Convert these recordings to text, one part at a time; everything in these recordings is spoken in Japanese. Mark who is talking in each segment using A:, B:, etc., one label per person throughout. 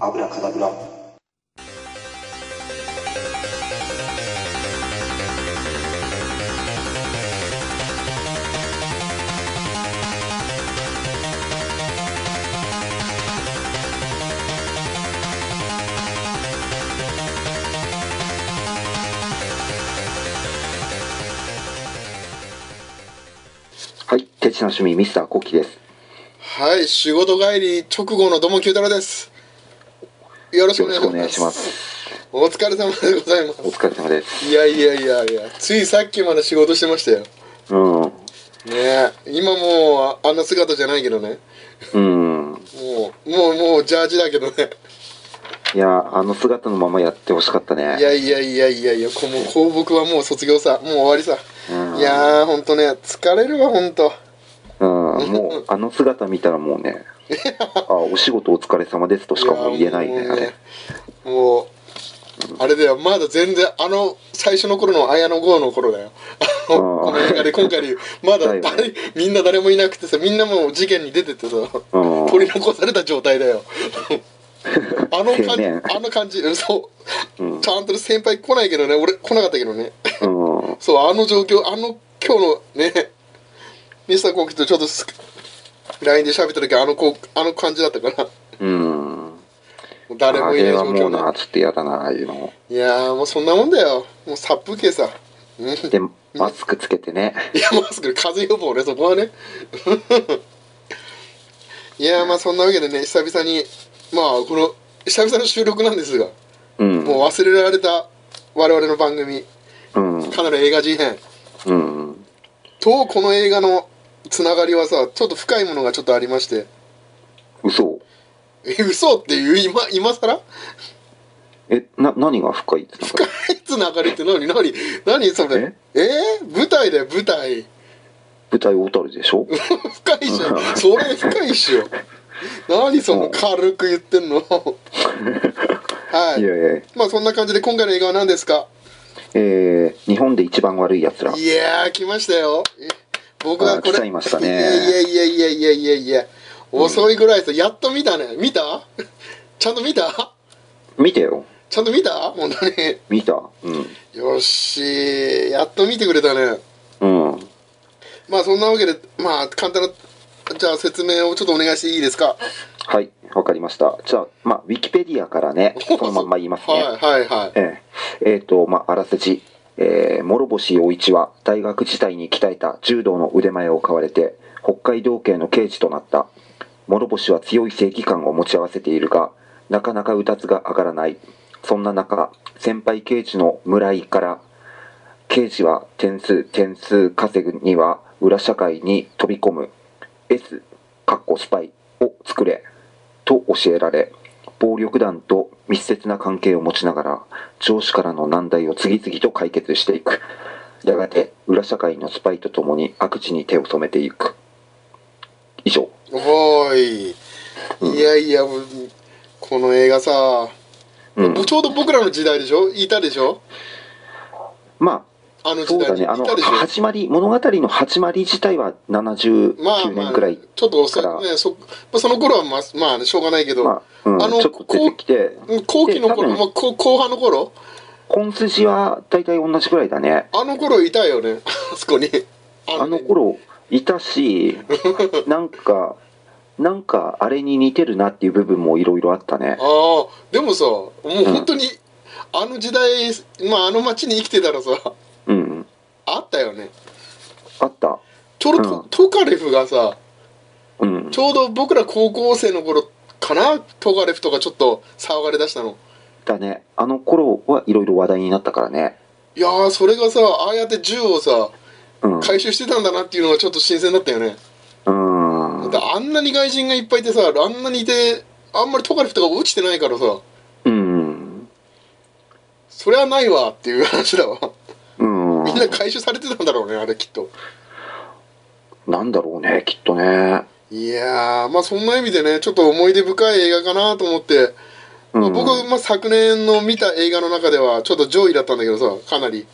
A: アブラカダブラ
B: はい、ケチの趣味ミスターコッキーです。
C: はい、仕事帰り直後のども九太郎です。よろしく
B: よ
C: お
B: ろ
C: 願い
B: し
C: し
B: くお
C: ます。
B: 願いします。
C: お疲れ様でございま
B: お疲れ様です。
C: す。いやいやいやいや、ついさっきまで仕事してましたよ。
B: うん、
C: ねえ、今もうああんな姿じゃないけどね。
B: うん、
C: もう、もう、もうジャージだけどね。
B: いや、あの姿のままやってほしかった
C: い
B: ね。
C: やいやいやいやいや、こもうこう僕はもう卒業さ、もう終わりさ。
B: うん
C: いやー、ほんとね、疲れるわ、ほんと。
B: うん、もうあの姿見たらもう ね、あ、お仕事お疲れ様ですとしかもう言えないね。あれ
C: やもうねもうあれだよまだ全然あの最初の頃の綾野剛の頃だよあの
B: うん
C: この映画で 今回で言うま
B: だ
C: だ
B: よね
C: 誰みんな誰もいなくてさみんなもう事件に出ててさ
B: うん
C: 取り残された状態 だよあ
B: 青
C: の感じ
B: 年
C: あの感じうんそう、
B: うん
C: ちゃんと先輩来ないけどね俺来なかったけどね
B: うん、
C: そうあの状況あの今日のねミスターコウキとちょっとす LINE で喋った時あの子あの感じだったからも
B: うん。
C: う
B: あ
C: 誰もいな
B: れ
C: い状
B: はも
C: 況
B: うな、ちょっとやだな、ああいう の。
C: いやーもうそんなもんだよもう殺風景さうんい
B: で、マスクつけてね。
C: やマスク風邪予防ねそこはね いやーまあそんなわけでね久々にまあこの久々の収録なんですが
B: うん、
C: もう忘れられた我々の番組
B: うん、
C: かなり映画事変
B: うん、
C: とこの映画のつながりはさちょっと深いものがちょっとありまして
B: 嘘。
C: え嘘っていう今今更
B: え、な、何が深いってなんか
C: つながりって何何何それえー、舞台だよ舞台
B: 舞台小樽でしょ
C: 深いじゃんそれ深いっしょ何その軽く言っ てんのはい
B: いやいや
C: まあそんな感じで今回の映画は何ですか
B: えー、日本で一番悪いやつら。
C: いやー来ましたよえ僕は
B: あ
C: こ
B: ー
C: れ
B: 来ちゃいましたね
C: いやいやいやいやいやいや遅いぐらいですやっと見たね見たちゃんと見た
B: 見てよ。
C: ちゃんと見た本当に
B: 見た。うん。
C: よっしーやっと見てくれたね
B: うん。
C: まあそんなわけでまあ簡単なじゃあ説明をちょっとお願いしていいですか
B: はい、わかりました。じゃあ、まあ、ウィキペディアから ね、そのまんま言いますね。
C: はいはいはい
B: えええーと、まあ、あらすじ。えー諸星陽一は大学時代に鍛えた柔道の腕前を買われて、北海道警の刑事となった。諸星は強い正義感を持ち合わせているが、なかなかうたつが上がらない。そんな中、先輩刑事の村井から、刑事は点数、点数稼ぐには裏社会に飛び込む S、かっこスパイを作れと教えられ、暴力団と密接な関係を持ちながら、上司からの難題を次々と解決していく。やがて、裏社会のスパイとともに悪事に手を染めていく。以上。
C: おーい、
B: うん
C: いやいやもうこの映画さ、
B: うん。
C: ちょうど僕らの時代でしょいたでしょ
B: ま
C: あの
B: あ、
C: 時
B: そう
C: 代
B: だ
C: にい
B: ね。あの、
C: たでしょ
B: 始まり、物語の始まり自体は
C: まあ
B: 79
C: ま
B: 年
C: あ
B: くらい。
C: ちょっと遅
B: から
C: いねそ,、まあ、その頃はまあ、まあね、しょうがないけど、
B: まあ、うん、
C: あの
B: ちょっと出てきて、
C: うん後期
B: で
C: の頃、
B: 多分
C: まあ、こ後半の頃
B: 本筋は大体同じくらいだね。
C: あの頃いたよねあそこにあ
B: あの頃、いた し、なんか、なんか、あれに似てるなっていう部分もいろいろあったね。
C: ああでもさもう本当に、あの時代、まあ、あの町に生きてたらさ
B: うん。
C: あったよね
B: あった。
C: ちょうど、
B: う
C: トカレフがさ
B: うん
C: ち。ょうど僕ら高校生の頃かなトガレフとかちょっと騒がれだしたの
B: だね。あの頃はいろいろ話題になったからね。
C: いやーそれがさああやって銃をさ
B: うん。
C: 回収してたんだなっていうのがちょっと新鮮だったよね
B: うん。
C: だってあんなに外人がいっぱいいてさあんなにいてあんまりトガレフとか落ちてないからさ
B: うん。
C: それはないわっていう話だわ
B: うん。
C: みんな回収されてたんだろうねあれきっと
B: なんだろうね、きっとね。
C: いやーまあそんな意味でねちょっと思い出深い映画かなと思って、
B: う
C: まあ
B: ん。
C: 僕、まあ、昨年の見た映画の中ではちょっと上位だったんだけどさかなり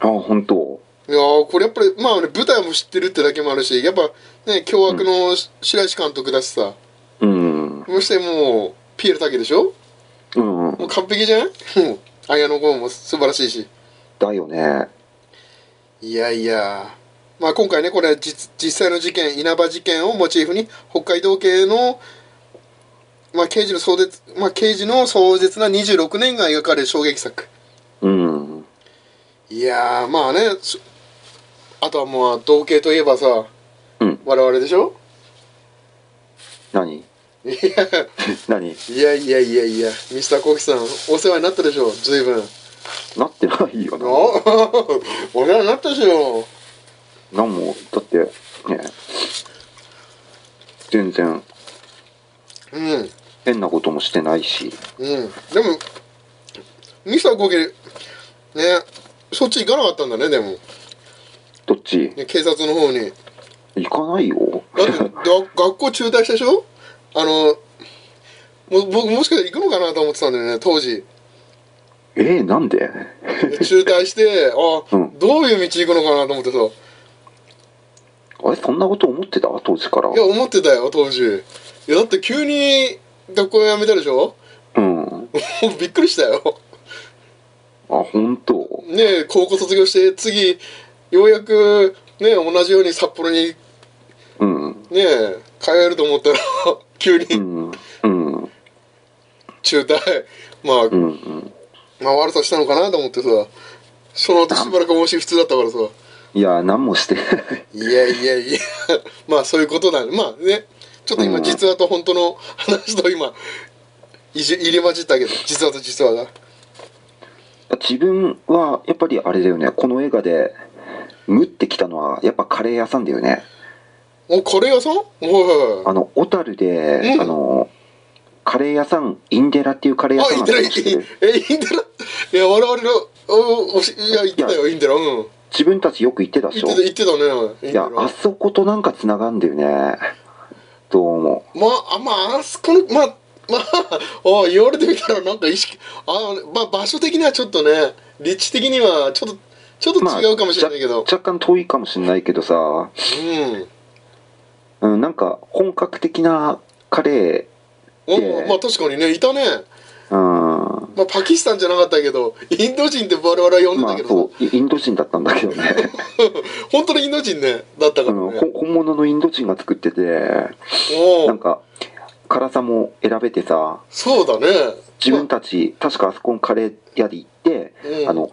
B: あ、本当。
C: いやーこれやっぱりまあね舞台も知ってるってだけもあるしやっぱね凶悪のし白石監督だしさ
B: うん。
C: そしてもうピエール竹でしょ
B: うんうん
C: もう完璧じゃないもう綾野剛も素晴らしいし
B: だよね
C: いやいやまあ今回ねこれ実実際の事件稲葉事件をモチーフに北海道系のまあ刑事の壮絶まあ刑事の壮絶な26年が描かれる衝撃作
B: うん
C: いやーまあねそあとはもう同系といえばさ、
B: うん
C: 我々でしょ
B: 何
C: いや
B: 何
C: いやいやいやいやミスターコウキさんお世話になったでしょ随分
B: なってないよな
C: お お世話になったでしょ
B: 何もだってね全然
C: うん
B: 変なこともしてないし
C: うんでもミスターコウキねそっち行かなかったんだねでも
B: どっち
C: ね警察の方に
B: 行かないよ
C: だってだ学校中退したでしょあのも僕もしかしたら行くのかなと思ってたんだよね当時
B: えー、なんで
C: で中退してあ、
B: うん
C: どういう道行くのかなと思ってさい
B: あれそんなこと思ってた当時から
C: や思ってたよ当時いやだって急に学校辞めたでしょ
B: うん
C: びっくりしたよ
B: あ本当
C: ねえ高校卒業して次ようやくねえ同じように札幌に
B: うん
C: ねえ通えると思ったら 急に
B: うんうん
C: 中退まあ、
B: うんうん
C: まあ悪さしたのかなと思ってさその後しばらく音信不通だったからさ
B: いや何もしてない
C: いやいや いやまあそういうことなんでまあねちょっと
B: う
C: 今
B: ん
C: 実話と本当の話と今いじ入り混じったけど実話と実話が
B: 自分はやっぱりあれだよねこの映画でムってきたのはやっぱカレー屋さんだよね
C: おカレー屋さんはいは
B: あの小樽で、
C: うん
B: あのカレー屋さんインデラっていうカレー
C: い
B: 屋
C: はいあ
B: さん
C: イ
B: が
C: ンデラ
B: あ
C: いい
B: るんですけど
C: えインデラいや我々のおおしいや言ってたよインデラうん
B: 自分たちよく行ってたでし
C: 言
B: ょ
C: ってた言ってたねイン
B: い
C: デ
B: や
C: ラ
B: あそことなんかつながんだよねどうも
C: まああまああそこのまあまあ お言われてみたらなんか意識あまあ場所的にはちょっとね立地的にはちょっとちょっと違うかもしれないけど、
B: 若干遠いかもしれないけどさ、
C: うん
B: うん、なんか本格的なカレ
C: お
B: で
C: まあ確かにねいたね
B: ーうん
C: まあパキスタンじゃなかったけどインド人って我々は呼んで
B: ま
C: た
B: あ
C: けどさ、
B: そうイインド人だったんだけど ね
C: 本当のインド人ねだったか
B: う
C: らね、
B: んほ本物のインド人が作ってて
C: お
B: なん
C: う
B: か辛さも選べてさ
C: そうだね
B: 自分たち確かあそこのカレー屋で行って、
C: うん
B: あの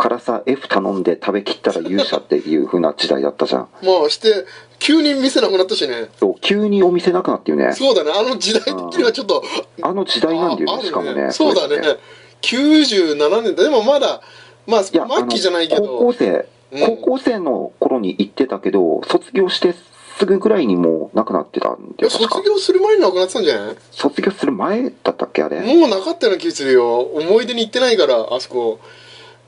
B: 辛さ F 頼んで食べきったら勇者っていう風な時代だったじゃん
C: まあして急に店なくなったしね
B: そう急にお店なくなってるね
C: そうだねあの時代的にはちょっと
B: あの時代なんだよ
C: ああ
B: ね
C: る
B: しかもね
C: そうだ
B: れって
C: ね97年だでもまだまあ
B: いや
C: 末期じゃないけ
B: あの高校
C: ど
B: 生、
C: うん
B: 高校生の頃に行ってたけど卒業してすぐぐらいにもうなくなってたん
C: い
B: だ
C: や
B: よ確か
C: 卒業する前に亡くなってたんじゃない
B: 卒業する前だったっけあれ、
C: もうなかったような気するよ思い出に行ってないからあそこ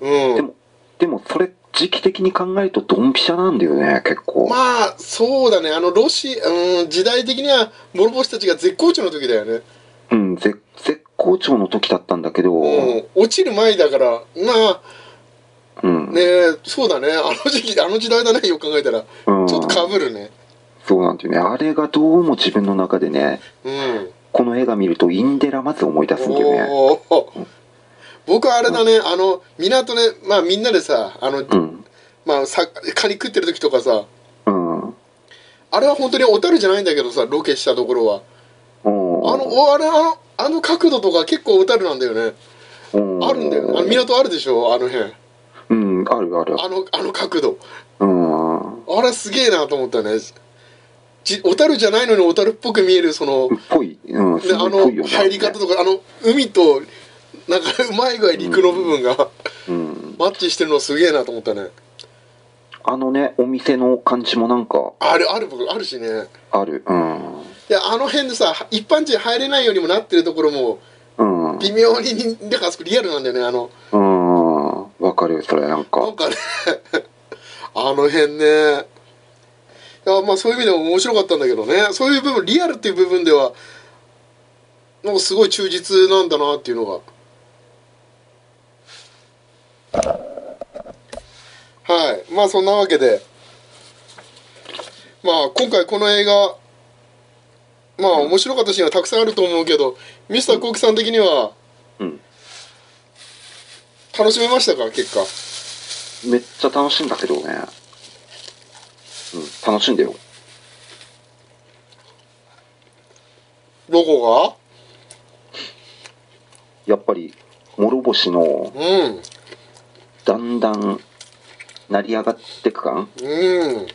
C: うん
B: でもでもそれ時期的に考えるとドンピシャなんだよね結構、
C: まあそうだねあのロシうん時代的には諸星たちが絶好調の時だよね
B: うんぜ絶好調の時だったんだけど、
C: うん落ちる前だからま
B: うん
C: あねそうだねあの時期あの時代だねよく考えたらち
B: うん
C: ょっとかぶるね
B: そうなんていうねあれがどうも自分の中でね
C: うん
B: この映画見るとインデラまず思い出すんだよね
C: おお僕はあれだねあの港でまあみんなでさあの
B: うん
C: まあさカニ食ってる時とかさ
B: うん
C: あれは本当に小樽じゃないんだけどさロケしたところはあの
B: お
C: おあれあのあの角度とか結構小樽なんだよねあるんだよねあの港あるでしょあの辺
B: うんあるある
C: あのあの角度
B: うん
C: あれすげえなと思ったねじ小樽じゃないのに小樽っぽく見えるその、ね
B: ぽいうんす
C: あ
B: ごいぽいよ
C: の
B: ね
C: 入り方とかあの海となんかうまい具合に陸の部分が、
B: うん
C: マッチしてるのすげえなと思ったね
B: あのねお店の感じもなんか
C: あるあるあるしね
B: あるうん
C: であの辺でさ一般人入れないようにもなってるところも
B: うん
C: 微妙ににだからあそこリアルなんだよねあの
B: うんわかるよそれなん
C: な
B: か
C: んかね あの辺ねいやまあそういう意味でも面白かったんだけどねそういう部分リアルっていう部分ではなんかすごい忠実なんだなっていうのがはいまあそんなわけでまあ今回この映画まあ面白かったシーンはたくさんあると思うけどミスターコウキさん的には
B: うん
C: 楽しめましたか結果
B: めっちゃ楽しんだけどね。うん、楽しんだよ。
C: ロゴ
B: やっぱり、諸星の、
C: がうん
B: だんだん、成り上がってく感
C: うん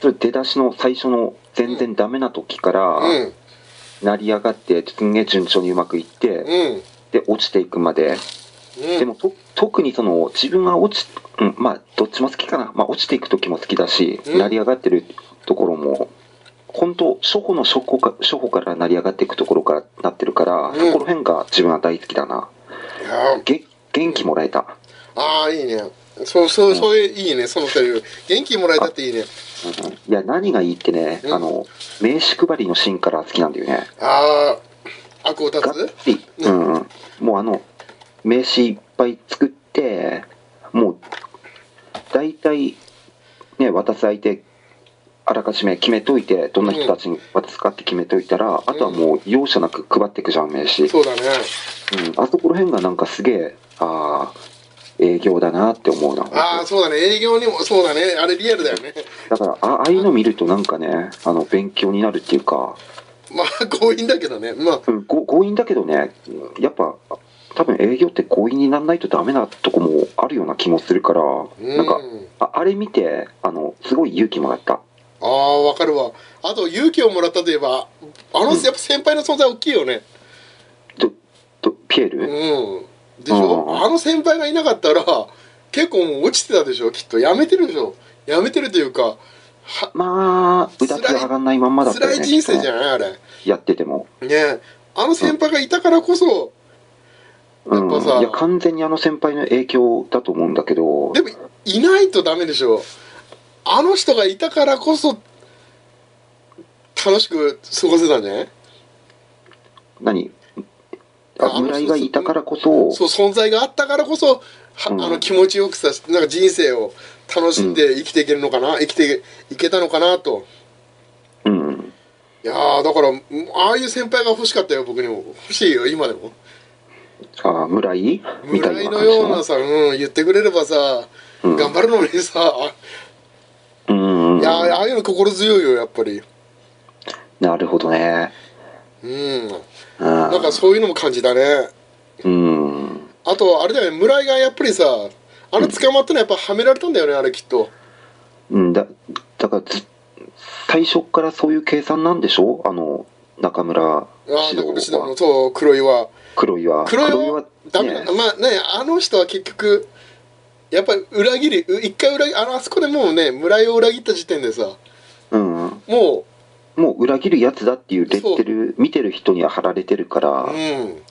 B: それ出だしの最初の全然ダメな時から、
C: うん
B: 成り上がって、すんげえ順調にうまくいって、
C: うん
B: で、落ちていくまで。
C: うん
B: でも、と特にその、自分は落ち、うん、まあ、どっちも好きかな。まあ、落ちていく時も好きだし、
C: うん
B: 成り上がってるところも、本当初歩の初歩か初歩から成り上がっていくところからなってるから、
C: ん
B: そこら辺が自分は大好きだな。
C: いやー
B: げ元気もらえた。
C: あーいいねそうそうそういういいねそのセリフ元気もらえたっていいね
B: いや、何がいいってね、
C: うん
B: あの、名刺配りのシーンから好きなんだよね。
C: ああ悪を断
B: がっ
C: つ
B: つり、うん、うんもうあの、名刺いっぱい作って、もう、大体、ね、渡す相手、あらかじめ決めといて、どんな人たちに渡すかって決めといたら、あとはもう容赦なく配っていくじゃん、名刺。
C: そうだね
B: うん、あそこら辺がなんかすげえ、ああ、営業だなって思うな。
C: ああそうだね営業にもそうだねあれリアルだよね
B: だからあ、ああいうの見るとなんかね、あの、勉強になるっていうか、
C: まあ強引だけどねまあ
B: うん、ご強引だけどね、やっぱ、多分営業って強引にならないとダメなとこもあるような気もするから、
C: うん
B: なんか、ああれ見て、あの、すごい勇気もらった。
C: ああわかるわあと勇気をもらったといえばあの、
B: うん
C: やっぱ先輩の存在大きいよね
B: ど、ど、ピエー
C: う
B: ル、
C: んでしょ、
B: うん
C: あの先輩がいなかったら結構もう落ちてたでしょきっとやめてるでしょやめてるというかは
B: まあ、うだつ上がんないまんまだったよ
C: 辛
B: ね。
C: い人生じ
B: ゃ
C: ゃないあれね
B: やってても。
C: えあの先輩がいたからこそ、
B: うん。
C: やっぱさ
B: いや、完全にあの先輩の影響だと思うんだけど、
C: でもいないとダメでしょあの人がいたからこそ楽しく過ごせたんじゃない
B: 何
C: あの
B: あ村井がいたからこそ、
C: そう存在があったからこそは、
B: うん
C: あの気持ちよくさなんか人生を楽しんで生きていけるのかな、生きていけたのかなと
B: うん。
C: いやーだからうんああいう先輩が欲しかったよ僕にも欲しいよ今でも
B: ああ、村井みた
C: 村
B: い
C: 井
B: な感
C: の
B: じ
C: ようなさ、うん、言ってくれればさ、
B: うん
C: 頑張るのにさあ
B: うん。
C: いやーああいうの心強いよやっぱり
B: なるほどね。
C: うん
B: うん。
C: なんかそういうのも感じたね
B: うん。
C: あとあれだよね村井がやっぱりさあの捕まったのやっぱはめられたんだよねあれきっと
B: うんだだからず最初からそういう計算なんでしょあの中村
C: ああ
B: 獅
C: だ
B: 童
C: から
B: は
C: そう黒井は
B: 黒いは
C: 黒井はダメだ、
B: ね
C: まあねあの人は結局やっぱり裏切りう一回裏切あのあそこでもうね村井を裏切った時点でさ
B: うん、
C: も
B: もう裏切るやつだっていうレッテル見てる人には貼られてるから、
C: ううん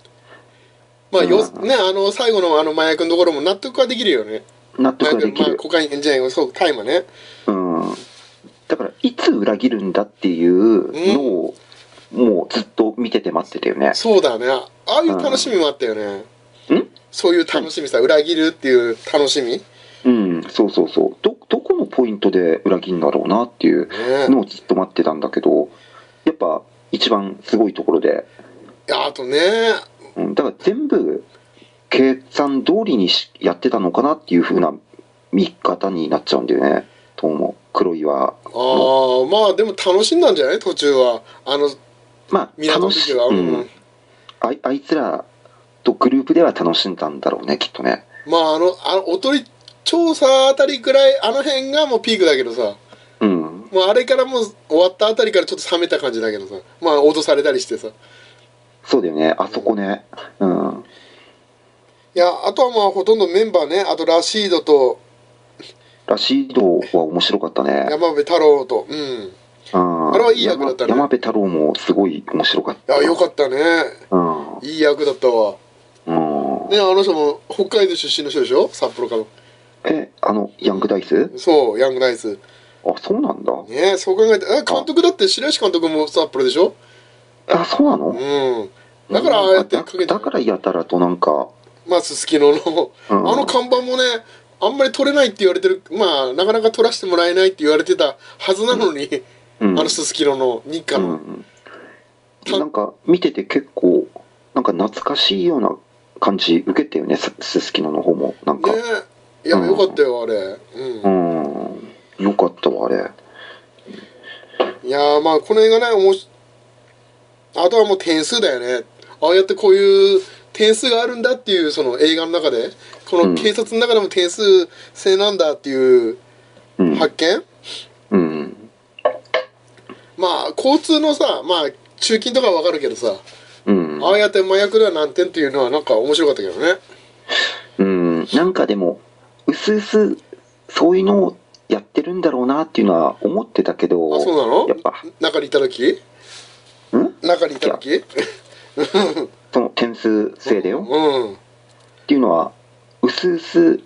C: まあよ、
B: うん
C: ねあの最後のあの麻薬のところも納得はできるよね
B: 納得ができ
C: まあ
B: る、
C: コカインじゃないそう大麻ね
B: うん、だからいつ裏切るんだっていうのを、もうずっと見てて待ってたよね
C: そうだねああいう楽しみもあったよね、
B: うん
C: そういう楽しみさ裏切るっていう楽しみね
B: うんそうそうそうどどこのポイントで裏切るんだろうなっていうのをずっと待ってたんだけどやっぱ一番すごいところで
C: いやあとね
B: うん、だから全部計算通りにしやってたのかなっていう風な見方になっちゃうんだよねと思う黒岩
C: ああまあでも楽しんだんじゃない途中はあの
B: まあ
C: 港の
B: 楽し
C: 時は
B: う
C: うん
B: ん、あいあいつらとグループでは楽しんだんだろうねきっとね
C: まああのあのおとり調査あたりくらいあの辺がもうピークだけどさ
B: うん
C: もうあれからもう終わったあたりからちょっと冷めた感じだけどさまあ脅されたりしてさ
B: そうだよねあそこねうん
C: いやあとはまあほとんどメンバーねあとラシードと
B: ラシードは面白かったね、
C: 山辺太郎とうんい
B: うん、
C: あれはいい役だったね
B: 山山辺太郎もすごい面白かった
C: やよかったね
B: うん
C: いい役だったわ
B: うん、
C: ねあの人も北海道出身の人でしょ札幌から
B: えあのヤングダイス
C: そうヤングナイス
B: あそうなんだ
C: ねそう考えてあ監督だって白石監督も札幌でしょ
B: あそうなの、
C: うんだからああやってかけて
B: だだからやたらとなんか、
C: まあすすきのの
B: うん
C: あの看板もねあんまり取れないって言われてるまあなかなか取らせてもらえないって言われてたはずなのに、
B: うん
C: あのすすきのの日課
B: うん
C: の、
B: うん、なんか見てて結構なんか懐かしいような感じ受けてよねすすすきのの方もなんか、
C: ねいや
B: うん
C: よかったよあれう
B: う
C: ん、
B: んよかったわあれ
C: いやーまあこの映画ねおもしあとはもう点数だよねああやってこういう点数があるんだっていうその映画の中でこ
B: うん
C: の警察の中でも点数制なんだっていう
B: うん、
C: 発見、
B: うん
C: まあ交通のさまあ中金とかはわかるけどさ、
B: うん
C: ああやって麻薬では何点っていうのはなんか面白かったけどね
B: うんなんかでもうすうすそういうのをやってるんだろうなっていうのは思ってたけど
C: あそうなの
B: やっぱ
C: 中にいた時
B: ん
C: 中にいた時
B: その点数制だよ、っ
C: うん
B: ていうのはうすうす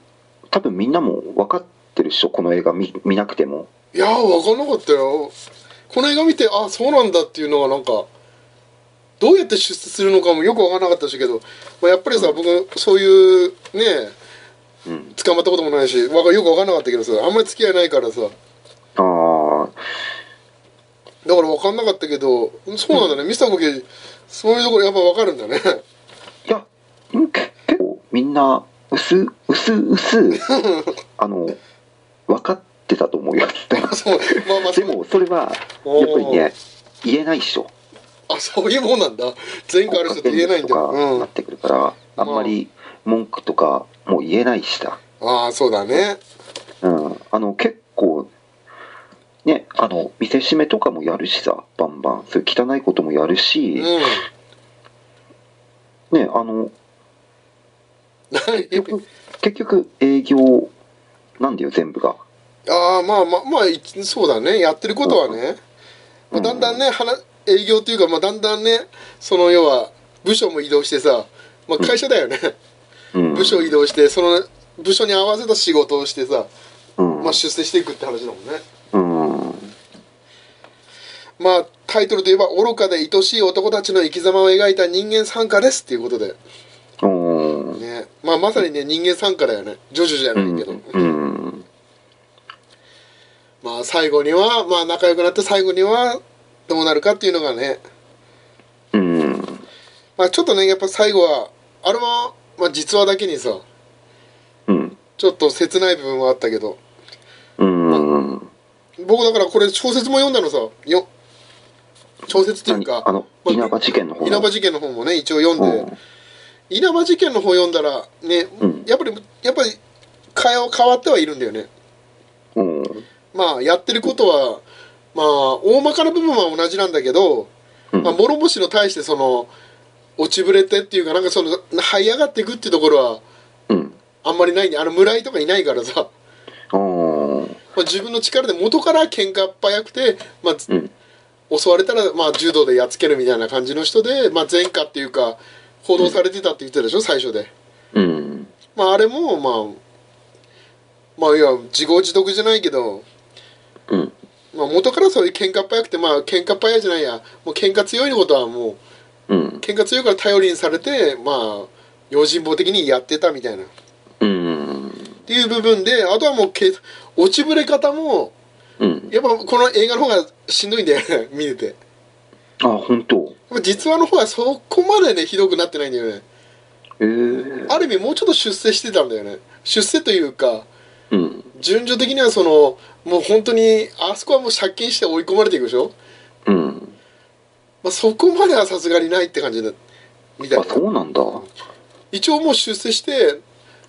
B: 多分みんなも分かってるっしょこの映画見見なくても
C: いやー分かんなかったよこの映画見てあそうなんだっていうのがなんかどうやって出世するのかもよく分からなかったしけど、まあ、やっぱりさ僕そういうね
B: うん
C: 捕まったこともないしわかよく分からなかったけどさあんまり付き合いないからさだか
B: ああ
C: ら分かんなかったけどそうなんだね、ミスターコキそういうところやっぱ分かるんだね
B: いや、うんけ結構みんな、薄々、薄 々、あの、分かってたと思 うよ。
C: そうまあまあそ
B: で
C: う
B: も、それは、やっ
C: おー
B: ぱりね、言えないっしょ。
C: あそういうもんなんだ前回ある人って言えないんだよ、
B: 国家権力とか
C: う
B: なんっ、てくるから、あんまり文句とかもう言えないしだ。
C: ああそうだね
B: うん。あの、結構、ね、あの、見せしめとかもやるしさ、バンバン。そういう汚いこともやる
C: う
B: し
C: ん、
B: ね、あの、
C: 何
B: 結局、結局営業なんだよ、全部が。
C: ああまあまあまあいそうだねやってることはね、まあ、だんだんね話営業というか、まあ、だんだんねその要は部署も移動してさ、まあ、会社だよね、
B: うん。
C: 部署移動してその部署に合わせた仕事をしてさ、
B: うん
C: まあ、出世していくって話だもんね
B: うん。
C: まあタイトルといえば「愚かで愛しい男たちの生き様を描いた人間参加です」っていうことで、
B: うん。
C: ねまあ、まさにね人間参加だよねジョジョじゃないけど、
B: うん。
C: まあ最後にはまあ仲良くなって最後にはどうなるかっていうのがね
B: うん。
C: まあちょっとねやっぱ最後はあれは、まあ、実話だけにさ
B: うん。
C: ちょっと切ない部分はあったけど
B: うん。
C: 僕だからこれ小説も読んだのさよ小説っていうか
B: あの、稲葉事件の方
C: 稲葉事件の方もね一応読んで、稲葉事件の方読んだらね、
B: うん
C: やっぱりやっぱり会話変わってはいるんだよね
B: うん。
C: まあやってることはまあ大まかな部分は同じなんだけど、
B: うん
C: まあ、諸星の対してその落ちぶれてっていうかなんかその這い上がっていくっていうところは
B: うん。
C: あんまりないねあの村井とかいないからさ、
B: うん。
C: まあ、自分の力で元から喧嘩っ早くて、まあつ
B: うん。
C: 襲われたら、まあ、柔道でやっつけるみたいな感じの人で、まあ、前科っていうか報道されてたって言ってたでしょ最初で、
B: うん。
C: まあ、あれもまあまあいや自業自得じゃないけど、
B: うん。
C: まあ、元からそういう喧嘩っ早くてまあ喧嘩っ早いじゃないやもう喧嘩強いことはもう
B: うん。
C: 喧嘩強いから頼りにされてまあ用心棒的にやってたみたいな
B: うん。
C: っていう部分であとはもうけ落ちぶれ方も
B: うん。
C: やっぱこの映画の方がしんどいんだよね 見ててやっ
B: あ、本当。
C: ぱ実話の方はそこまでねひどくなってないんだよね
B: ええ。
C: ある意味もうちょっと出世してたんだよね出世というか
B: うん。
C: 順序的にはそのもう本当にあそこはもう借金して追い込まれていくでしょ、
B: うん。
C: まあ、そこまではさすがにないって感じだみたい
B: あ、
C: な
B: そうなんだ。
C: 一応もう出世して、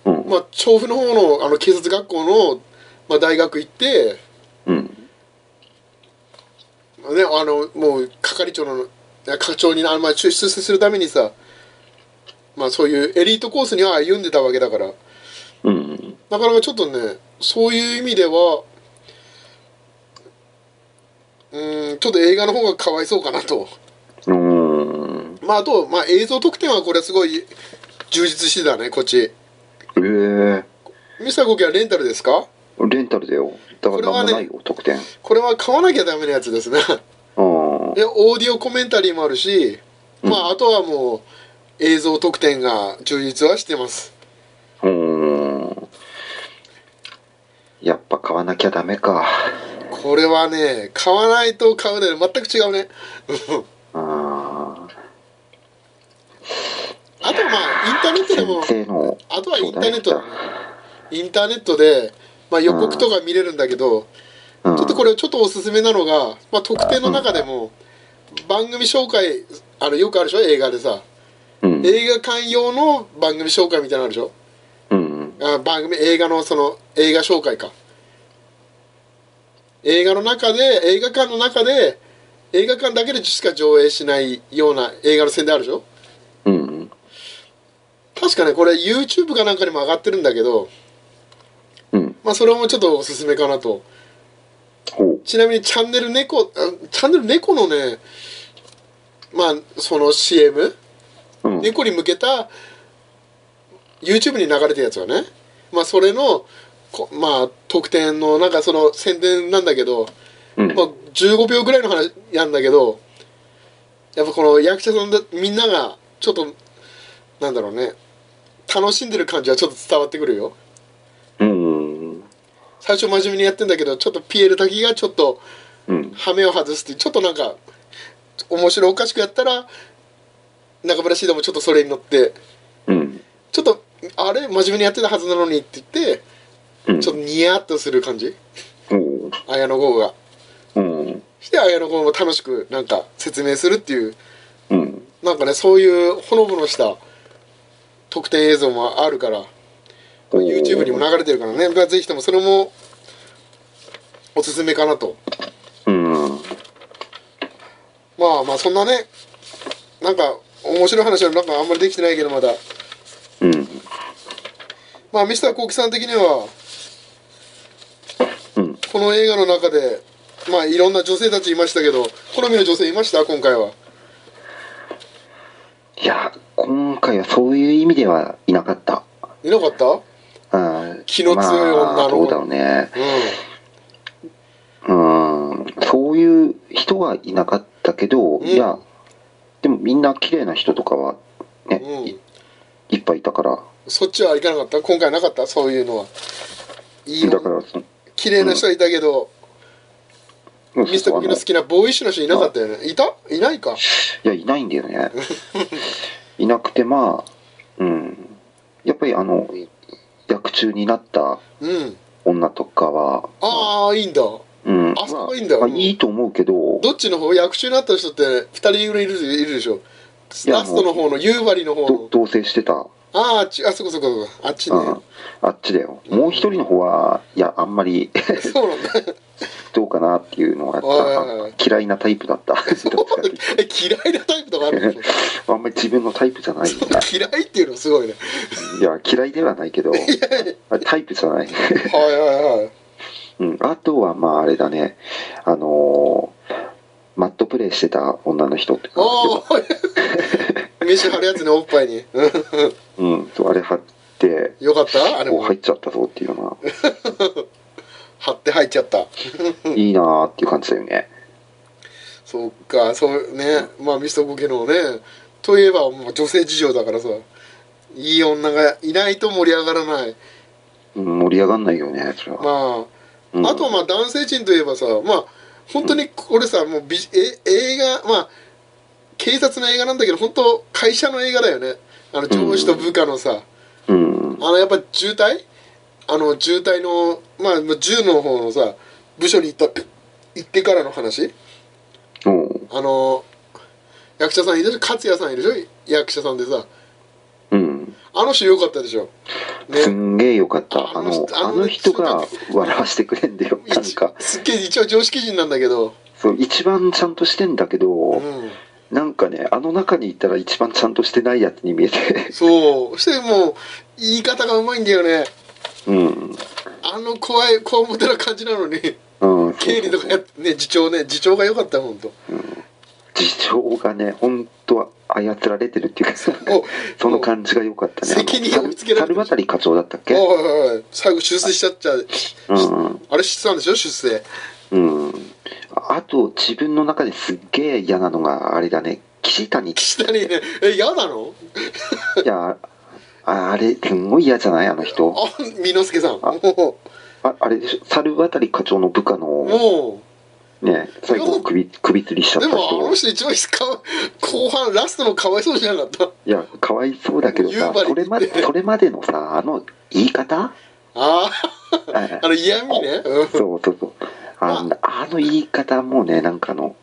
B: うん。
C: まあ、調布の方のあの警察学校の、まあ、大学行って、
B: うん。
C: ね、あのもう係長のいや課長にあのまあ出世するためにさまあそういうエリートコースには歩んでたわけだから
B: うん。
C: なかなかちょっとねそういう意味ではうーんちょっと映画の方がかわいそうかなと
B: うん。
C: まああと、まあ、映像特典はこれすごい充実してたねこっち
B: ええ。
C: ミスターゴキはレンタルですか
B: レンタルだよ。だからなんもないよ、特典。
C: これは買わなきゃダメなやつですね
B: あ
C: でオーディオコメンタリーもあるしまああとはもう映像特典が充実はしてます
B: あ。うん。やっぱ買わなきゃダメか。
C: これはね買わないと買うで全く違うねうん
B: あ
C: あとはまあインターネットでも
B: ー先生の
C: あとはインターネットだねインターネットで、まあ、予告とか見れるんだけど、
B: うん
C: ちょっとこれちょっとおすすめなのが、まあ、特典の中でも番組紹介あのよくあるでしょ映画でさ
B: うん
C: 映画館用の番組紹介みたいなのあるでしょ
B: うん
C: あ番組映画のその映画紹介か映画の中で映画館の中で映画館だけでしか上映しないような映画の宣伝あるでしょ
B: うん
C: 確かねこれ YouTube かなんかにも上がってるんだけど
B: うん
C: まあそれもちょっとおすすめかなと
B: ほ
C: ちなみにチャンネル猫あチャンネル猫のねまあその CM
B: ううん
C: 猫に向けた YouTube に流れてるやつはねまあそれのこまあ特典のなんかその宣伝なんだけど、
B: うん
C: まあ、15秒ぐらいの話なんだけどやっぱこの役者さんだみんながちょっとなんだろうね楽しんでる感じはちょっと伝わってくるよ
B: うん
C: 最初真面目にやってんだけどちょっとピエール滝がちょっと
B: うん
C: 羽目を外すっていうちょっとなんか面白おかしくやったら中村獅童もちょっとそれに乗って
B: うん
C: ちょっとあれ真面目にやってたはずなのにって言って
B: うん
C: ちょっとニヤッとする感じ
B: ほ
C: 綾野剛が
B: ううん
C: して綾野剛も楽しくなんか説明するっていう
B: うん
C: なんかねそういうほのぼのした特典映像もあるから
B: ほう
C: YouTube にも流れてるからねだからぜひともそれもおすすめかなと
B: うん
C: まあまあそんなねなんか面白い話はなんかあんまりできてないけどまだ
B: うん
C: まあミスターコウキさん的には
B: うん
C: この映画の中でまあいろんな女性たちいましたけど好みの女性いました今回はい
B: や今回はそういう意味ではいなかった
C: いなかったうん
B: あ
C: 気の強い女の子
B: まあ、どうだろうねうんそういう人はいなかったけど、
C: ん
B: いやでもみんな綺麗な人とかはね、
C: うん
B: いいっぱいいたから
C: そっちはいかなかった今回なかったそういうのはいい
B: だからそ
C: 綺麗な人はいたけど、
B: の
C: ミスターコウキの好きなボーイッシュの人いなかったよねいたいないか
B: いやいないんだよ ねいなくてまあうんやっぱりあの役中になった
C: うん
B: 女とかは
C: ああいいんだど
B: うん
C: あそこいいんだよ
B: まあ
C: うん
B: いいと思うけど
C: っちの方役中になった人って2人ぐらいいるいるでしょ
B: や
C: ラストの方の夕張の方
B: ど
C: の
B: 同棲してた、
C: あーあっちあそこそこそこあっちね
B: うんあっちだよもう一人の方はいやあんまり
C: そうなんだ
B: どうかなっていうのが
C: はいはいはい
B: あった嫌いなタイプだ ったどっちかっていう
C: え嫌いなタイプとかあるの
B: とあんまり自分のタイプじゃない
C: そう嫌いっていうのすごいね
B: いや嫌いではないけどあタイプじゃない
C: はいはいはい
B: うん、あとはまああれだねあのーマットプレイしてた女の人とか
C: あ あ飯張るやつねおっぱいにうん
B: うん、そうあれ貼って
C: よかったあれ
B: こう
C: も
B: 入っちゃったぞっていうの
C: 張って入っちゃった
B: がいいなーっていう感じだよね
C: そっかそうねまあミストコケのねといえばもう女性事情だからさいい女がいないと盛り上がらない
B: うん盛り上がんないよねそれは、
C: まあ
B: うん、
C: あとまあ男性陣といえばさまあ本当にこれさもうビジえ映画まあ警察の映画なんだけど本当会社の映画だよねあの上司と部下のさ、
B: うん
C: あのやっぱ渋滞あの渋滞のまあ銃の方のさ部署に行った行ってからの話
B: うん
C: あの役者さんいるでしょ勝也さんいるでしょ役者さんでさ
B: うん
C: あの人よかったでしょ
B: す
C: ね
B: んげえよかった
C: あ
B: あ
C: の
B: の
C: 人
B: あの人が
C: あ
B: 笑わしてくれんだよなん
C: 一
B: か
C: すっげえ一応常識人なんだけど
B: そう一番ちゃんとしてんだけど、
C: うん
B: なんかねあの中にいたら一番ちゃんとしてないやつに見え て
C: そうしてもう言い方がうまいんだよね
B: うん
C: あの怖い怖もてな感じな のに
B: うん、
C: 経理とかやってね次長ね次長が良かったほんと
B: 事情がね本当は操られてるっていうか
C: お
B: その感じが良かったね
C: 責任を押し付けられて
B: 猿
C: る
B: 渡課長だったっけ
C: おいおいおい最後出世しちゃっちゃう
B: うん
C: あれ知ってたんでしょ出世
B: うんあと自分の中ですっげえ嫌なのがあれだね岸谷い
C: 岸谷ねえ嫌なの
B: やああれすんごい嫌じゃないあの人
C: あ美之助さん
B: あ
C: も
B: ああれでしょ猿渡課長の部下の
C: も
B: ね最後首首吊りしちゃ
C: う
B: っ
C: で
B: た
C: もあの
B: 人
C: 人一番かわ後半ラストのかわいそうじゃなかった
B: いやかわいそうだけど
C: 夕
B: さ
C: 張
B: それまでそれまでのさあの言い方
C: あ
B: あ
C: ああの嫌味ねうん
B: そうそうそうあのあの言い方もねなんかあの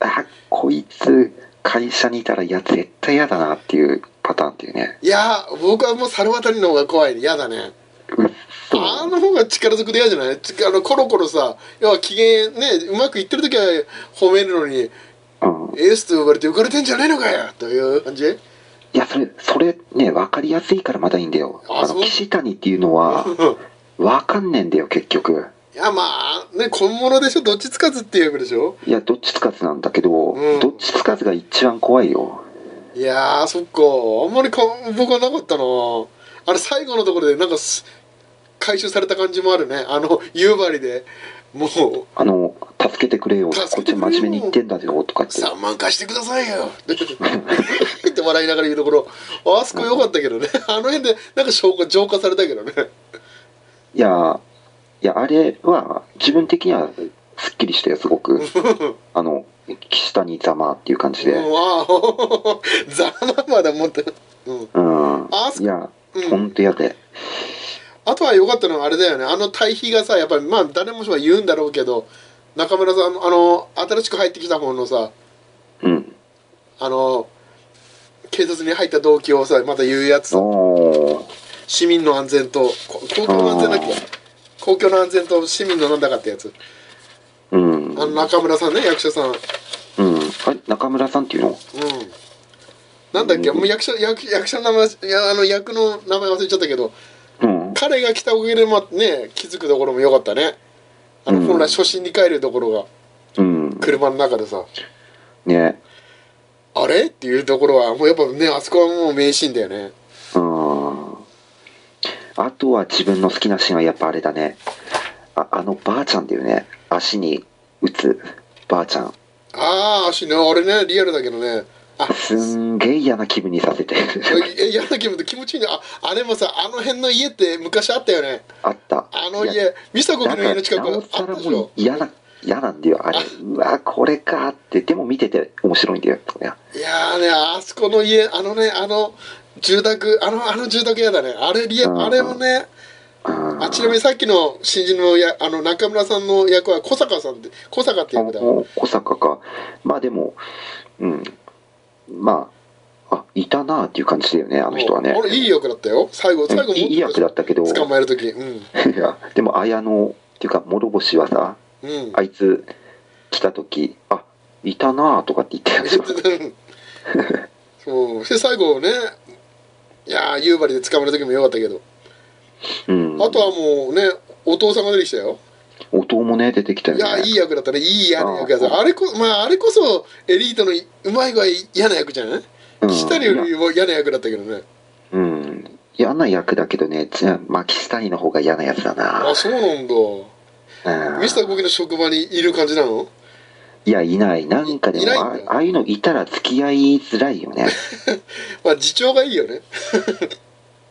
B: あこいつ会社にいたらいや絶対嫌だなっていうパターンっていうね
C: いや僕はもう猿渡りの方が怖いね嫌だね
B: うっそ
C: あの方が力ずくで嫌じゃないつあのコロコロさ要は機嫌ねうまくいってる時は褒めるのに
B: うん
C: エースと呼ばれて浮かれてんじゃねえのかよという感じ
B: いやそれそれね分かりやすいからまだいいんだよ
C: あ
B: あ
C: そ
B: の
C: う
B: 岸谷っていうのは
C: うん
B: 分かんねえんだよ結局
C: いやまあね小物でしょどっちつかずっていう役でしょ
B: いやどっちつかずなんだけど、
C: うん
B: どっちつかずが一番怖いよ
C: いやーそっかあんまりか僕はなかったなあれ最後のところでなんかす回収された感じもあるねあの夕張でもう
B: あの助けてくれよこ
C: 助け
B: ってち
C: くれ
B: 真
C: よ
B: 面目に言ってんだよとかって
C: 3万貸してくださいよって笑いながら言うところあそこ良かったけどねあの辺でなんか消化浄化されたけどね
B: いやいやあれは自分的にはすっきりしたよすごくあの岸谷ざまっていう感じ
C: うん
B: で
C: ああ ざままだ持ってうん
B: うん
C: あそ
B: いや
C: うん
B: ほんと嫌で
C: あとは良かったのはあれだよねあの対比がさやっぱりまあ誰もしも言うんだろうけど中村さんあの新しく入ってきた方のさ
B: うん
C: あの警察に入った動機をさまた言うやつさ
B: おー
C: 市民の安全とこ公共の安全だっ
B: あ
C: け公共の安全と市民のなんだかってやつ
B: うん
C: あの中村さんね役所さんうん
B: うんあれ中村さんっていうの
C: なんだっけ、
B: うん
C: もう役者役役者の名前いやあの役の名前忘れちゃったけど
B: うん
C: 彼が来たおかげで、まあ、ね気づくところも良かったねあの
B: うん
C: 本来初心に帰るところが
B: うん
C: 車の中でさ
B: ね
C: あれっていうところはもうやっぱねあそこはもう名シーンだよね
B: うんあとは自分の好きなシーンはやっぱあれだねああのばあちゃんだよね足に打つばあちゃん
C: ああ足ねあれねリアルだけどねあ
B: すんげえ嫌な気分にさ せて
C: え嫌な気分って気持ちいいねああれもさあの辺の家って昔あったよね
B: あった
C: あの
B: いや
C: 家美佐子
B: だ
C: 君
B: から
C: の家の近
B: な
C: く
B: お
C: あ
B: さ
C: っ
B: ら
C: たでし
B: もう
C: ょ
B: 嫌な嫌なんだよあれ
C: あ
B: うわこれかってでも見てて面白いんだよそりゃ
C: いやーねあそこの家あのねあの住宅あのあの住宅屋だねあれリア
B: うん
C: あれもね
B: うん
C: あちなみにさっきの新人のやあの中村さんの役は小坂さんって小坂って役だ
B: おお小坂かまあでもうんまああいたなあっていう感じだよねあの人はね
C: もうあれいい役だったよ最後最後
B: うんいいいい役だったけど
C: 捕まえる時うん
B: いやでも綾野っていうか諸星はさ
C: うん
B: あいつ来た時あいたなあとかって言ってたよ
C: そうで最後ねいやー夕張で捕まる時もよかったけど、
B: うん
C: あとはもうねお父さんが出てきたよ
B: お父もね出てきたよ
C: い
B: ね
C: やいい役だったねいい嫌な役や
B: あ
C: さあれこ,、まあ、あれこそエリートのうまい具合嫌な役じゃない
B: うん
C: 岸谷よりも嫌な役だったけどね
B: うん嫌な役だけどねじゃあまあ岸谷の方が嫌なやつだな
C: あそうなんだ
B: うん
C: ミスターコキの職場にいる感じなの
B: いやいないなんかで
C: い
B: も
C: ない
B: あああいうのいたら付き合いづらいよね
C: まあ次長がいいよね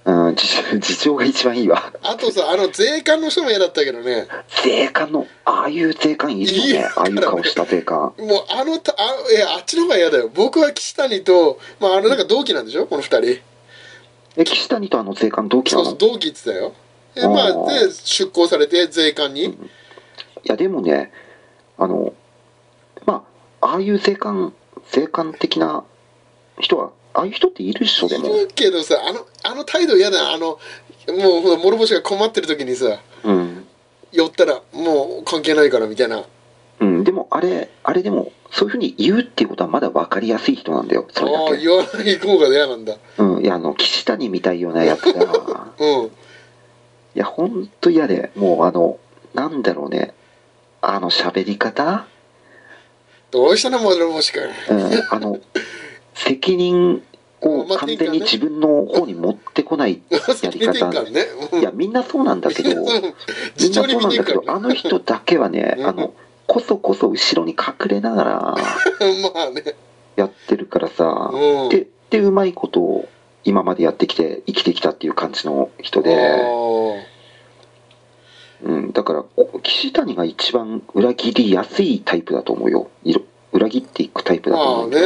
B: うん事情事情が一番いいわ
C: あとさあの税関の人も嫌だったけどね
B: 税関のああいう税関いい
C: いい
B: よね
C: よ
B: ああいう顔した税関
C: もうあのたあいやあっちの方が嫌だよ僕は岸谷と、まあ、あのなんか同期なんでしょこの二人
B: え岸谷とあの税関同期な
C: そう
B: の
C: そう同期って言ってたよでまあ
B: あー
C: で出向されて税関に
B: いやでもねあのまあああいう税関税関的な人はああいう人っているでしょでも
C: いるけどさあのあの態度嫌だなあのもうほら諸星が困ってる時にさ
B: うん、
C: 寄ったらもう関係ないからみたいな
B: うん、でもあれあれでもそういうふうに言うっていうことはまだ分かりやすい人なんだよそれだ
C: ああ
B: け
C: 言わない方が嫌なんだ
B: うんいやあの岸谷みたいようなやつが
C: うん
B: いや、ほんと嫌で、もうあの、なんだろうね、あの喋り方、
C: どうしたの諸星君
B: うん、あの、責任を
C: まあ
B: 完全に自分の方に持ってこないや
C: 責
B: り
C: 任転
B: 方。
C: 換ね うん
B: いや、みんなそうなんだけど、みんな
C: うん 自重に
B: そうな
C: 見
B: ん
C: てい
B: だけ
C: くか
B: ど、
C: ら
B: あの人だけはね、
C: うん
B: あの、こそこそ後ろに隠れながら
C: ねまあね
B: やってるからさ、
C: うん
B: で、で、うまいことを今までやってきて、生きてきたっていう感じの人で、
C: あ
B: うん、だからこ岸谷が一番裏切りやすいタイプだと思うよいろ裏切っていくタイプだと
C: ま
B: 思
C: あ
B: う、
C: ね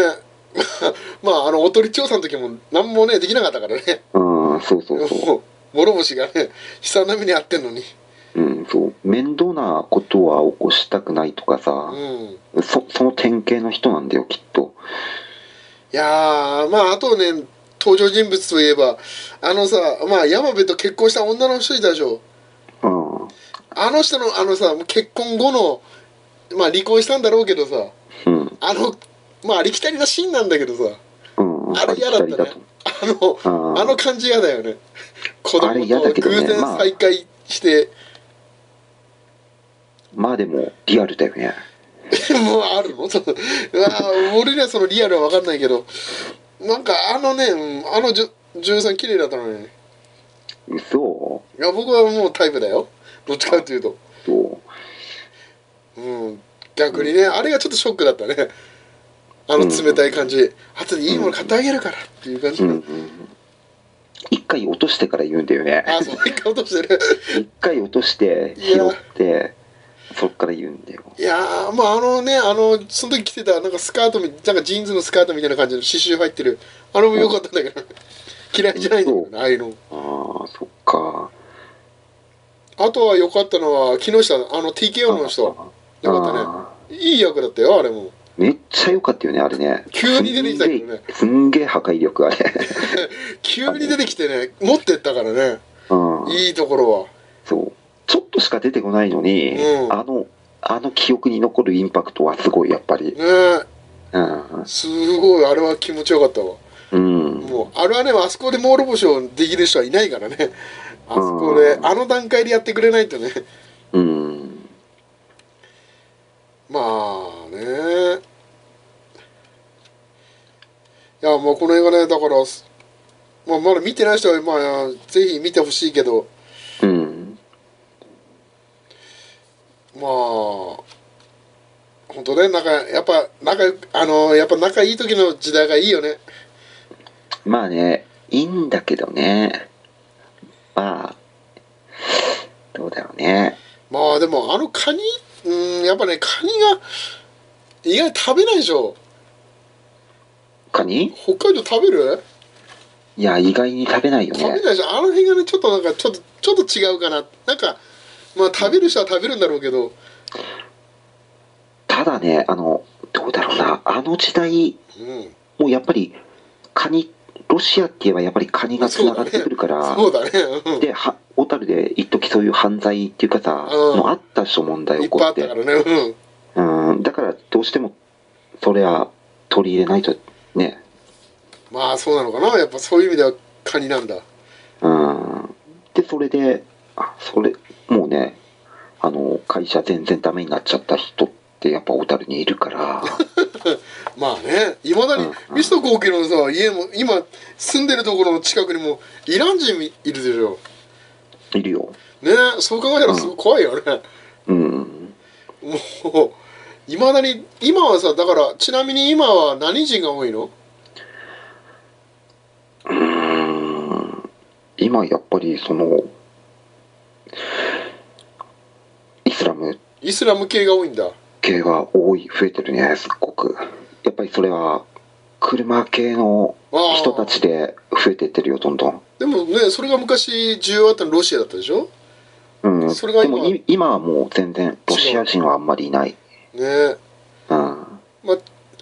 C: まああのおとり調査の時も何もねできなかったからね
B: うんそうそうそう
C: もう諸星がね悲惨な目に遭ってんのに
B: うん、そう面倒なことは起こしたくないとか
C: う
B: さ、
C: んい
B: そその典型の人なんだよきっと
C: やーまああとね登場人物といえばあのさまあ山部と結婚した女の人いたでしょ
B: うん
C: あの人のあのさ結婚後のまあ離婚したんだろうけどさ
B: うん
C: あのまあありきたりなシーンなんだけどさ
B: うん
C: あれ嫌だったね
B: ありきり
C: あの
B: とうん
C: あの感じ嫌だよね子
B: あ
C: 供
B: れ嫌だ
C: と
B: けどね
C: 偶然
B: まあ
C: 再会して、
B: まあでもリアルだよね
C: もうあるのそのうわー俺にはそのリアルは分かんないけどなんかあのねうんあのじゅ女優さん綺麗だったのにい
B: 嘘
C: や僕はもうタイプだよどっちかっていうと
B: そう
C: うん逆にね、あれがちょっとショックだったねあの冷たい感じ、後でいいもの買ってあげるからっていう感じ、
B: うんうん一回落としてから言うんだよね
C: あそう一回落としてる
B: 一回落として
C: いや
B: 拾ってそっから言うんだよ
C: いやーまああのねあのその時着てたなんかスカートみなんかジーンズのスカートみたいな感じの刺繍入ってるあれも良かったんだけど嫌いじゃないんだけどねああいうの
B: ああそっか
C: あとは良かったのは木下あの TKO の人良かったね
B: あー
C: いい役だったよあれも
B: めっちゃ良かったよねあれね
C: 急に出てきたけどね
B: すんげえすんげえ破壊力あ れ
C: 急に出てきてね持ってったからね
B: うん
C: いいところ
B: そうちょっとしか出てこないのに、
C: うん
B: あのあの記憶に残るインパクトはすごいやっぱり
C: はね
B: うん
C: えすごいあれは気持ちよかったわ
B: うん
C: もうあれはねあそこでモール星をできる人はいないからねあそこで
B: うん
C: あの段階でやってくれないとね
B: うん
C: まあねいやまあこの映画ねだから、まあ、まだ見てない人はまあぜひ見てほしいけど
B: うん
C: まあ本当ねなんかやっぱ仲良くあのやっぱ仲いい時の時代がいいよね
B: まあねいいんだけどねまあどうだろうね
C: まあでもあのカニうんやっぱねカニが意外に食べないでしょ
B: カニ
C: 北海道食べる
B: いや意外に食べないよ
C: 食べ
B: ね
C: ないでしょあの辺がねちょっとなんかちょっとちょっと違うかななんかまあ食べる人は食べるんだろうけど
B: ただねあのどうだろうなあの時代
C: うん
B: もうやっぱりカニロシアって言えばやっぱりカニがつながってくるから、
C: そうだね、うん、
B: では小樽で一時そういう犯罪っていうかさ、
C: うん
B: もうあったでしょ問題
C: い
B: 起
C: っぱい
B: こ
C: あ
B: っ
C: ってたからね、うん、
B: うんだからどうしてもそれは取り入れないとね
C: まあそうなのかなやっぱそういう意味ではカニなんだ
B: うんでそれであそれもうねあの会社全然ダメになっちゃった人ってやっぱ小樽にいるから
C: まあねいまだに
B: うんうん
C: ミスト高家のさ家も今住んでるところの近くにもイラン人いるでしょ
B: いるよ
C: ねそう考えたらすごい怖いよね、
B: うん
C: もういまだに今はさだからちなみに今は何人が多いの
B: うーん今やっぱりそのイスラム
C: イスラム系が多いんだ
B: 系が多い増えてるねすっごくやっぱりそれは車系の
C: ああ
B: 人たちで増えてってるよどんどん、
C: でもねそれが昔重要だったのロシアだったでしょ
B: うん、
C: それが
B: で
C: 今
B: もい今はもう全然ロシア人はあんまりいない
C: ね
B: うん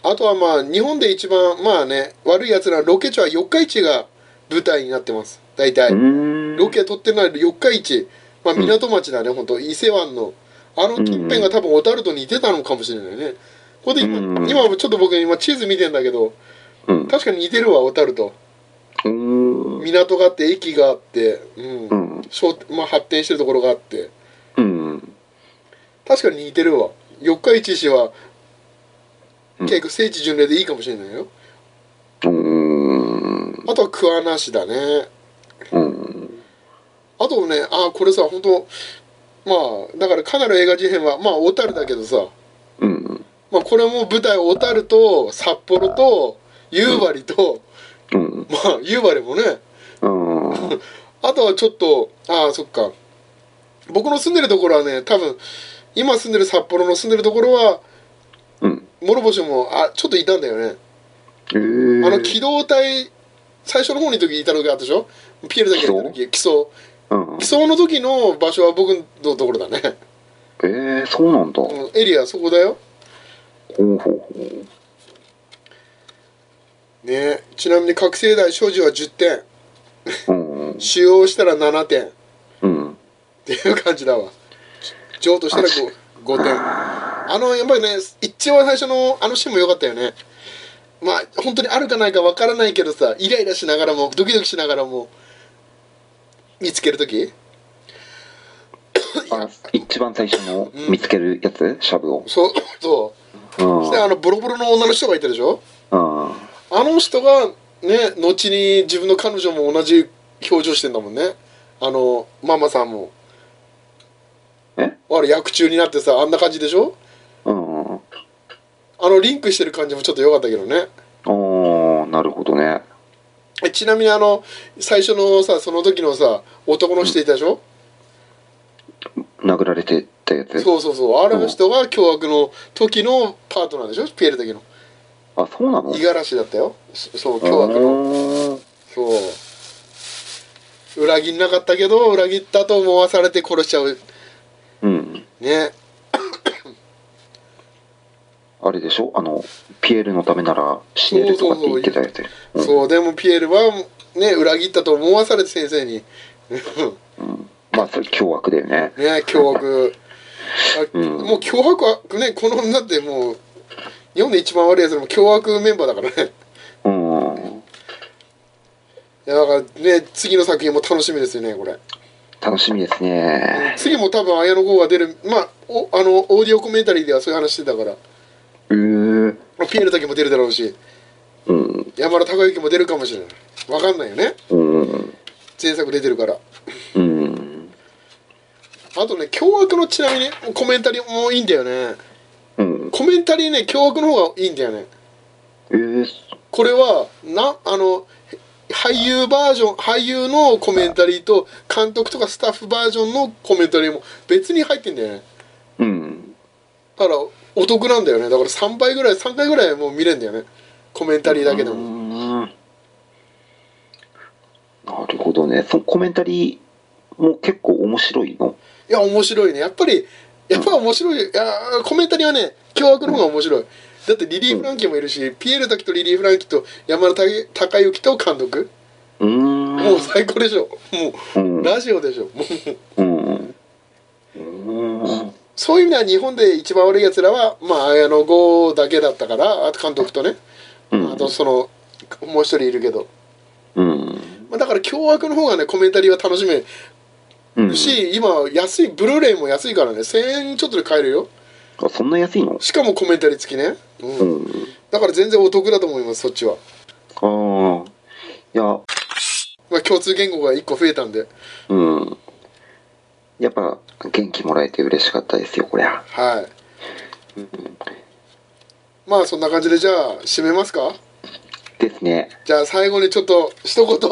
C: あとはまあ日本で一番まあね悪いやつらロケ地は四日市が舞台になってます大体、
B: うーん
C: ロケ撮ってないの四日市、まあ、
B: うん
C: 港町だね、本当伊勢湾のあの近辺が多分小樽と似てたのかもしれないねここで今,、
B: うん
C: 今ちょっと僕今地図見てんだけど
B: うん
C: 確かに似てるわ小樽と
B: うーん
C: 港があって駅があって、うん
B: うん
C: 商まあ、発展してるところがあって
B: うん
C: 確かに似てるわ四日市市は
B: うん
C: 結構聖地巡礼でいいかもしれないよ、
B: うーん
C: あとは桑名市だね
B: うん
C: あとねあこれさ本当まあだからかなり映画事変はまあ小樽だけどさ、
B: うん
C: まあ、これも舞台小樽と札幌と夕張と、
B: うん
C: まあ夕張もね
B: うん
C: あとはちょっとああそっか僕の住んでるところはね多分今住んでる札幌の住んでるところは
B: うん。
C: 諸星もあちょっといたんだよね、
B: えー、
C: あの機動隊最初の方に時いたのがあったでしょピエールだけやった時基礎
B: うん、
C: 基礎の時の場所は僕のところだね
B: えー、そうなんだ。ほ
C: うんエリアそこだよ
B: うほうほう。
C: ねちなみに覚醒剤所持は10点
B: うん
C: 使用したら7点っ
B: うん。
C: ていう感じだわ譲渡したら 5, 5点あのやっぱりね一番最初のあのシーンも良かったよねまあ本当にあるかないかわからないけどさイライラしながらもドキドキしながらも見つける時
B: あ、一番最初の見つけるやつ、シャブを。
C: そうそう
B: うん。
C: そしてあのボロボロの女の人がいたでしょ
B: うん。
C: あの人がね後に自分の彼女も同じ表情してんだもんねあのママさんも
B: え
C: あれ役中になってさあんな感じでしょ
B: うん。
C: あのリンクしてる感じもちょっと良かったけどね
B: おー、なるほどね。
C: えちなみにあの最初のさその時のさ男の人いたでしょ、
B: 殴られてったやつ。
C: そうそうそうあの人が凶悪の時のパートナーでしょピエールだけの
B: あ、そうなの
C: 五十嵐だったよそそう凶悪
B: あ
C: の
B: ー
C: そう裏切んなかったけど裏切ったと思わされて殺しちゃう
B: うん。
C: ね
B: あれでしょあの、ピエールのためなら死ねるとかって言ってたやつ。うん
C: そうでもピエールはね裏切ったと思わされて先生に
B: まあ、それ凶悪だよね。
C: ね凶悪あ
B: うん
C: もう凶悪はねこのだってもう日本で一番悪いやつでも凶悪メンバーだからね
B: うん。
C: いやだからね次の作品も楽しみですよねこれ
B: 楽しみですね。
C: 次も多分綾野剛が出るまあおあのオーディオコメンタリーではそういう話してたから
B: えー。
C: ピエールだけも出るだろうし
B: うん。
C: 山田孝之も出るかもしれないわかんないよね
B: うん。
C: 前作出てるから
B: うん。
C: あとね凶悪のちなみにコメンタリーもいいんだよね
B: うん。
C: コメンタリーね凶悪の方がいいんだよね
B: えー、
C: これはなあのへ俳優バージョン俳優のコメンタリーと監督とかスタッフバージョンのコメンタリーも別に入ってんだよね
B: うん。
C: だからお得なんだよねだから3倍ぐらい3回ぐらいもう見れんだよねコメンタリーだけで
B: う
C: も
B: んなるほどね。そのコメンタリーも結構面白いの
C: いや面白いねやっぱりやっぱ面白いいやーコメンタリーはね凶悪の方が面白いだってリリー・フランキーもいるし、ピエール滝とリリー・フランキーと山田孝之と監督
B: うー。
C: もうん最高でしょも
B: うん
C: う。ラジオでしょもう
B: うん。うん。
C: そういう意味では日本で一番悪いやつらは、まあ、綾野剛だけだったからあと監督とね、
B: うん
C: あとそのもう一人いるけど、
B: うん。
C: まあ、だから凶悪の方がねコメンタリーは楽しめ
B: うん
C: る。し、今安いブルーレイも安いからね1000円ちょっとで買えるよ
B: あ、そんな安いの
C: しかもコメンタリー付きね、うん
B: うん。
C: だから全然お得だと思いますそっちは、
B: ああ。いや、
C: まあ、共通言語が1個増えたんで
B: うん。やっぱ、元気もらえて嬉しかったですよ、こりゃ。
C: はいまあそんな感じでじゃあ締めますか
B: ですね。
C: じゃあ最後にちょっと一言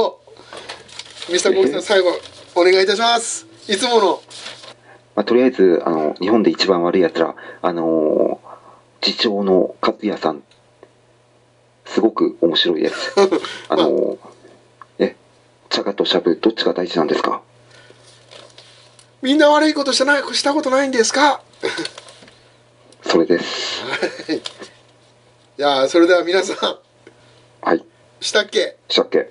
C: ミスターゴーさん最後お願いいたしますいつもの
B: まあ、とりあえず、あの、日本で一番悪い奴ら、あのー、次長の勝也さん、すごく面白いです。あのー、え、茶化としゃぶ、どっちが大事なんですか
C: みんな悪いことしてないしたことないんですか
B: それです。
C: いやーそれでは皆さん
B: はい。
C: したっけ
B: したっけ